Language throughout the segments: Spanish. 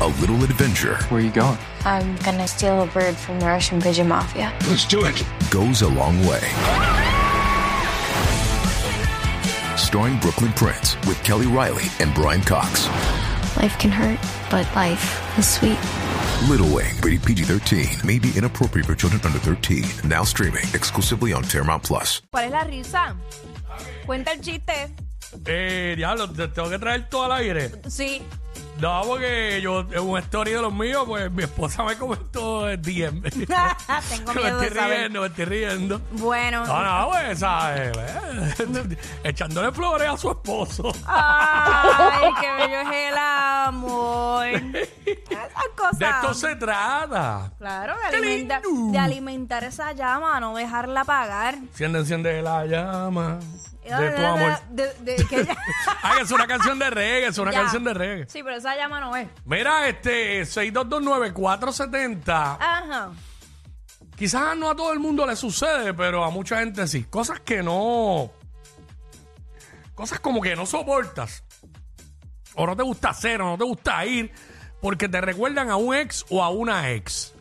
A little adventure Where are you going? I'm gonna steal a bird from the Russian pigeon mafia. Let's do it. goes a long way. Starring Brooklyn Prince with Kelly Riley and Brian Cox. Life can hurt, but life is sweet. Little Wing, rated PG 13, may be inappropriate for children under 13. Now streaming exclusively on Paramount Plus. ¿Cuál es la risa? Cuenta el chiste. Eh, diablo, te tengo que traer todo al aire. Sí. No, porque yo, en un story de los míos, pues mi esposa me comentó el DM. Tengo me miedo estoy de saber. riendo, me estoy riendo. Bueno. No, no, pues, ¿sabes? Eh, Echándole flores a su esposo. Ah. Ah. Ay, qué bello es el amor. Esas cosas. De esto se trata. Claro, de ¡Qué alimenta- lindo! de alimentar esa llama, no dejarla apagar. Eh, Enciende, enciende la llama de tu amor. De, de- que ya- Ay, que es una canción de reggae, es una Ya. canción de reggae. Sí, pero esa llama no es. Mira, este, 6229470. Ajá. Quizás no a todo el mundo le sucede, pero a mucha gente sí. Cosas que no. Cosas como que no soportas. O no te gusta hacer, o no te gusta ir, porque te recuerdan a un ex o a una ex.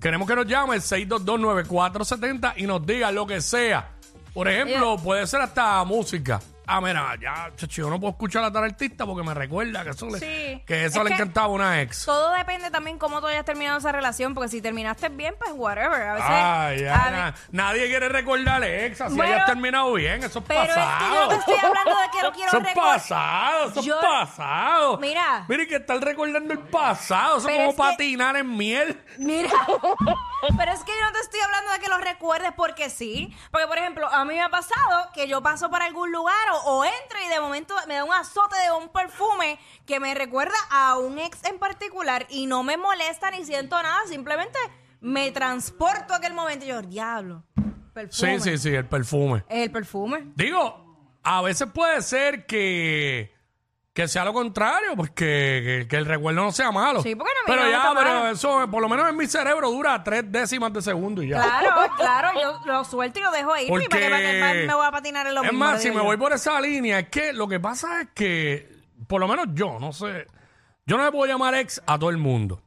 Queremos que nos llame el 6229470 y nos diga lo que sea. Por ejemplo, Eh. puede ser hasta música. Ah, mira, ya, chacho, yo no puedo escuchar a tal artista porque me recuerda que eso le, Sí. que eso Es le que- encantaba a una ex. Todo depende también cómo tú hayas terminado esa relación, porque si terminaste bien, pues whatever. A veces. Ay, ya, a na- nadie quiere recordarle ex, así Bueno, hayas terminado bien, eso es Pero es que yo pasado. no te estoy hablando de que lo quiero Eso es recordar. pasado, eso es Yo- pasado. Mira. Mira, y que estar recordando el pasado, eso es Pero como es que- patinar en miel. Mira, pero es que yo no te estoy hablando de que lo recuerdes porque sí. Porque, por ejemplo, a mí me ha pasado que yo paso por algún lugar o, o entro y de momento me da un azote de un perfume que me recuerda a un ex en particular y no me molesta ni siento nada, simplemente me transporto a aquel momento y yo, diablo, perfume. Sí, sí, sí, el perfume. Es el perfume. Digo, a veces puede ser que, que sea lo contrario, porque que, que el recuerdo no sea malo. Sí, porque no me Pero iba a ya, tomar. pero eso, por lo menos en mi cerebro dura tres décimas de segundo y ya. Claro, claro, yo lo suelto y lo dejo ahí. Porque- ¿Para qué- para qué más me voy a patinar en lo es mismo? más, si digo me yo? voy por esa línea, es que lo que pasa es que, por lo menos yo, no sé, yo no le puedo llamar ex a todo el mundo.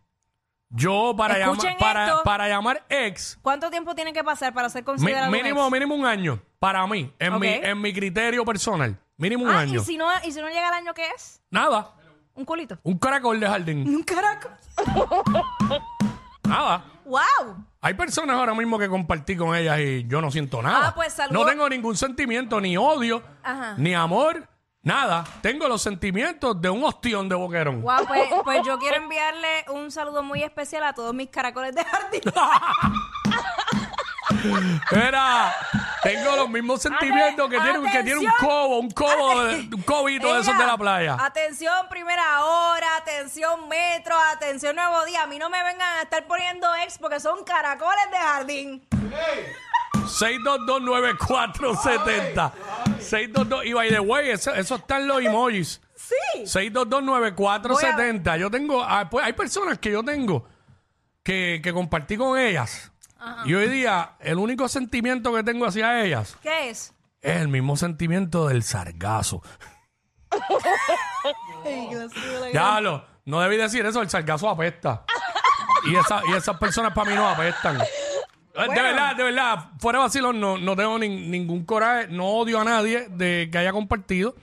Yo para, Escuchen llamar para, esto. para llamar ex, ¿Cuánto tiempo tiene que pasar para ser mi- considerado un ex? mínimo, mínimo un año, para mí, en, Ok. mi, en mi criterio personal, mínimo un Ah, año. ¿y si, no, ¿y si no llega el año qué es? Nada, Un culito. un caracol de jardín, Un caracol. nada. ¡Wow! Hay personas ahora mismo que compartí con ellas y yo no siento nada. Ah, pues, saludo. no tengo ningún sentimiento, ni odio, Ajá. ni amor, nada. Tengo los sentimientos de un ostión de boquerón. Wow, pues, pues yo quiero enviarle un saludo muy especial a todos mis caracoles de jardín. Mira, tengo los mismos sentimientos que tiene, que tiene un Atención. cobo, un cobo, de- Aten- un cobito de esos Ella, de la playa. Atención, primera hora, atención, metro, atención, nuevo día. A mí no me vengan a estar poniendo ex porque son caracoles de jardín. 6229470. 622 y by the way, eso, eso están los emojis. Sí. 6229470. Yo tengo, ah, pues, hay personas que yo tengo que, que compartí con ellas. Y hoy día el único sentimiento que tengo hacia ellas ¿Qué es? es el mismo sentimiento del sargazo. Ya lo, no debí decir eso, el sargazo apesta. y, esa- y esas personas para mí no apestan. Eh, De verdad, de verdad, fuera de vacilón, no, no tengo nin- ningún coraje, no odio a nadie de que haya compartido,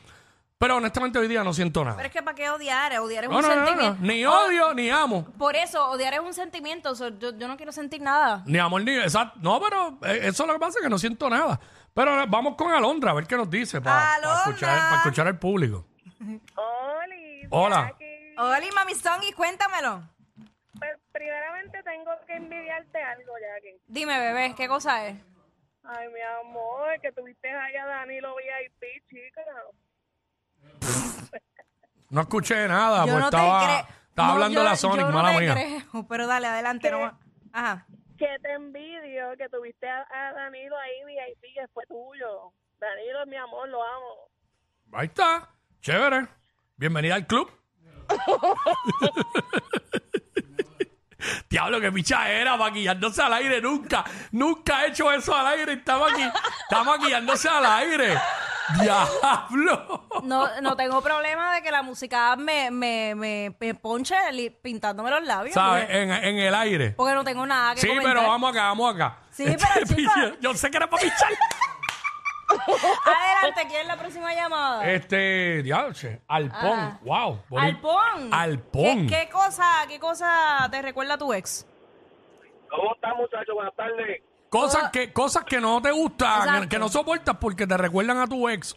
pero honestamente hoy día no siento nada. Pero es que ¿para qué odiar? Odiar es No, un no, no, no, sentimiento. ni Oh, odio, ni amo, por eso, odiar es un sentimiento. so, yo, yo no quiero sentir nada. ni amor, ni... exacto. No, pero eh, eso es lo que pasa, que no siento nada. Pero ahora vamos con Alondra, a ver qué nos dice para Alondra. escuchar, para escuchar al público. Oli, Hola. Jackie. Oli, mami Songy, cuéntamelo. Pues, primeramente tengo que envidiarte algo, Jackie. Dime, bebé, ¿qué cosa es? Ay, mi amor, que tuviste allá a Danilo VIP, chica. No escuché nada, Yo pues no te estaba, creo. Estaba No, hablando yo- de la Sonic, yo no mala te mía. creo, pero dale, adelante. No, ajá. Que te envidio, que tuviste a, a Danilo ahí VIP, que fue tuyo. Danilo es mi amor, lo amo. Ahí está. Chévere. Bienvenida al club. Diablo, qué picha era maquillándose al aire. Nunca, nunca he hecho eso al aire. Está, maqui- está maquillándose al aire. Diablo. No, no tengo problema de que la música me, me, me, me ponche li- pintándome los labios. ¿Sabes? Porque, En, en el aire. porque no tengo nada que Sí, comentar. pero vamos acá, vamos acá. Sí, pero, chico. Yo sé que era para pichar. Adelante, ¿quién es la próxima llamada? Este, diablo, che, Alpón. Ajá. Wow. boni- Alpón. Ah. Alpón. ¿Qué, qué cosa, ¿Qué cosa te recuerda a tu ex? ¿Cómo está, muchachos? Buenas tardes. Cosas que, cosas que no te gustan, que, Exacto. que no soportas porque te recuerdan a tu ex.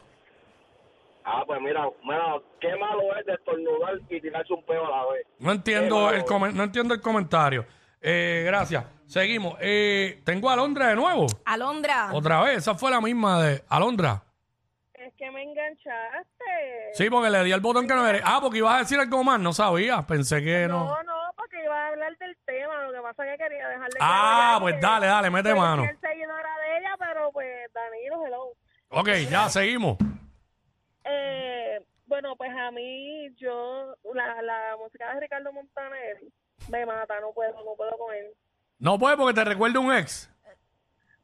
Ah, pues mira, mira, qué malo es destornudar y tirarse un peo a la vez. No Qué entiendo malo el, es. comen- no entiendo el comentario. Eh, gracias. Seguimos. Eh, tengo a Alondra de nuevo. Alondra. Otra vez. Esa fue la misma de Alondra. Es que me enganchaste. Sí, porque le di al botón que no era. Ah, porque ibas a decir algo más. No sabía. Pensé que no. No, no, porque iba a hablar del tema, lo que pasa es que quería dejarle Ah, claro ya pues que- dale, dale, mete pues, mano. que el seguidora de ella, pero pues Danilo, hello. Ok, ya seguimos. Eh, bueno, pues a mí, yo, la, la música de Ricardo Montaner me mata, no puedo, no puedo con él. No puede porque te recuerda un ex.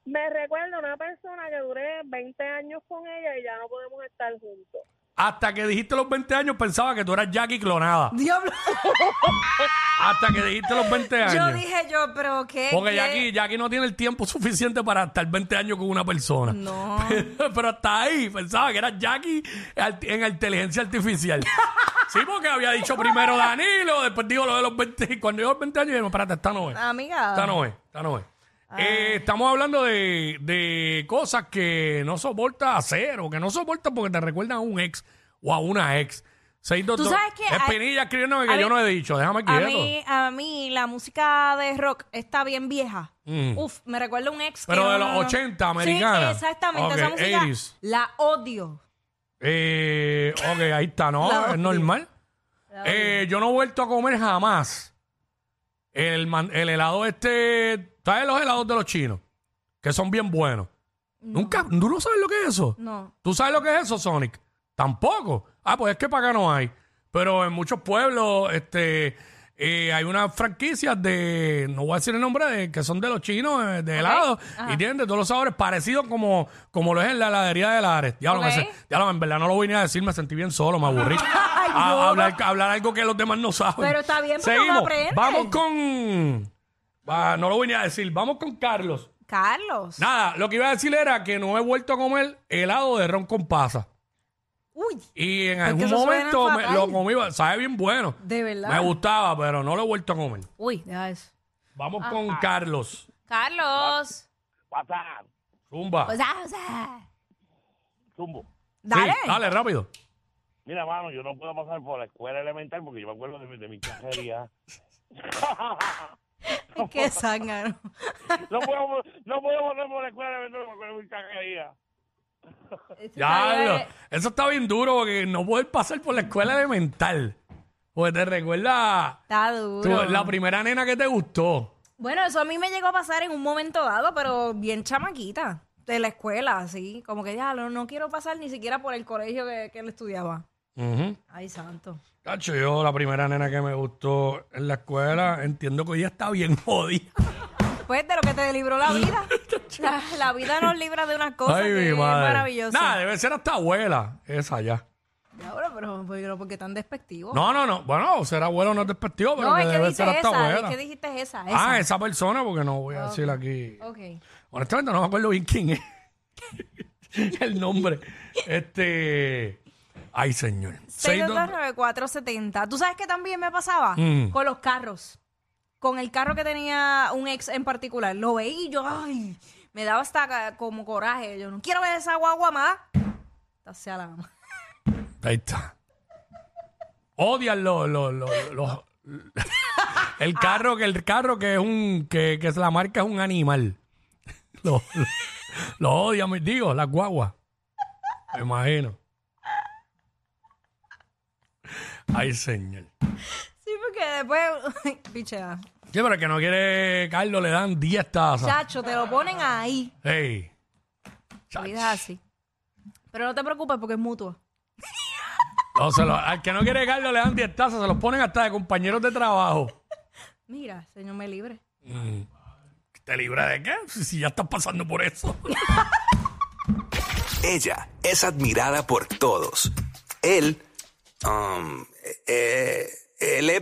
Me recuerda una persona que duré 20 años con ella y ya no podemos estar juntos. Hasta que dijiste los 20 años pensaba que tú eras Jackie clonada. Diablo. Hasta que dijiste los 20 años. Yo dije yo, pero qué. Porque qué- Jackie, Jackie no tiene el tiempo suficiente para estar 20 años con una persona. No. Pero, pero hasta ahí pensaba que era Jackie al- en la inteligencia artificial. sí, porque había dicho primero Danilo, después digo lo de los 20. y Cuando digo los 20 años, digo, espérate, esta no es. Amiga. Esta no es, esta no es. Ah. Eh, estamos hablando de, de cosas que no soporta hacer o que no soporta porque te recuerdan a un ex o a una ex. ¿Tú sabes qué? A- Espinilla escribiéndome a que yo mí- no he dicho. Déjame A quieto. mí, a mí la música de rock está bien vieja. Mm. Uf, me recuerda a un ex. que Pero de no- los 80 americana. Sí, exactamente. Esa Ok, música 80s. la odio. Eh, ok, ahí está, ¿no? La Es normal. Eh, yo no he vuelto a comer jamás el, man- el helado este. ¿Sabes los helados de los chinos? Que son bien buenos. Nunca, ¿tú no sabes lo que es eso? No. ¿Tú sabes lo que es eso, Sonic? Tampoco. Ah, pues es que para acá no hay. Pero en muchos pueblos, este, eh, hay unas franquicias de, no voy a decir el nombre, de, que son de los chinos, eh, de helados, y tienen de todos los sabores parecidos como, como lo es en la heladería de Lares. Diablo, me Ok. se- diablo, en verdad no lo vine a decir, me sentí bien solo, me aburrí. A- no. hablar, hablar algo que los demás no saben. Pero está bien, pero Seguimos. uno aprende. Vamos con... Ah, no lo vine a decir, vamos con Carlos. Carlos. Nada, lo que iba a decir era que no he vuelto a comer helado de ron con pasa. Uy, Y en que algún eso suena momento me- fatal. lo comí, sabe bien bueno. de verdad. Me gustaba, pero no lo he vuelto a comer. Uy, deja eso. Vamos con Carlos. Carlos. Pasa, Zumba. O sea, o sea. zumbo. Sí, Pues Dale. dale, rápido. Mira, mano, yo no puedo pasar por la escuela elemental porque yo me acuerdo de mi, de mi cacería. Qué zángano. No puedo, no puedo pasar por la escuela elemental porque me acuerdo de mi cacería. Ya, lo- eso está bien duro porque no puedes pasar por la escuela elemental. Porque te recuerda Está tú, duro. la primera nena que te gustó. Bueno, eso a mí me llegó a pasar en un momento dado, pero bien chamaquita, de la escuela, así. Como que ya no, no quiero pasar ni siquiera por el colegio que, que él estudiaba. Ujú. Ay, santo. Cacho, yo la primera nena que me gustó en la escuela, entiendo que hoy está bien jodida. Pues de lo que te libró la vida. La, la vida nos libra de unas cosas Ay, que mi es madre. maravillosa. Nada, debe ser hasta abuela, esa ya. Ya, bueno, pero, pero ¿por qué tan despectivo? No, no, no. Bueno, ser abuelo no es despectivo, pero No, que es que debe dijiste ser hasta esa, abuela. es que dijiste esa, esa. Ah, Ah, esa persona, porque no voy a decir aquí. Ok. Honestamente, no me acuerdo bien quién es. El nombre. Este. Ay, señor. Seis, dos- 6229470. ¿Tú sabes qué también me pasaba? Mm. Con los carros. Con el carro que tenía un ex en particular. Lo veía y yo, ay, me daba hasta ca- como coraje. Yo no quiero ver esa guagua más. Esta sea la mamá. Ahí está. Odian los. los- los- los- el carro, que el carro que es un. que, que es la marca es un animal. Lo, lo- lo odian, me- digo, las guaguas. Me imagino. Ay, señor. Sí, porque después. ah. Pichea. Sí, pero el que no quiere Carlos le dan 10 tazas. Chacho, te lo ponen ahí. Ey. La Chach. vida es así. Pero no te preocupes porque es mutuo. No, se lo- al que no quiere Carlos le dan 10 tazas, se los ponen hasta de compañeros de trabajo. Mira, señor, me libre. ¿Te libra de qué? Si, si ya estás pasando por eso. Ella es admirada por todos. Él, um, eh, él es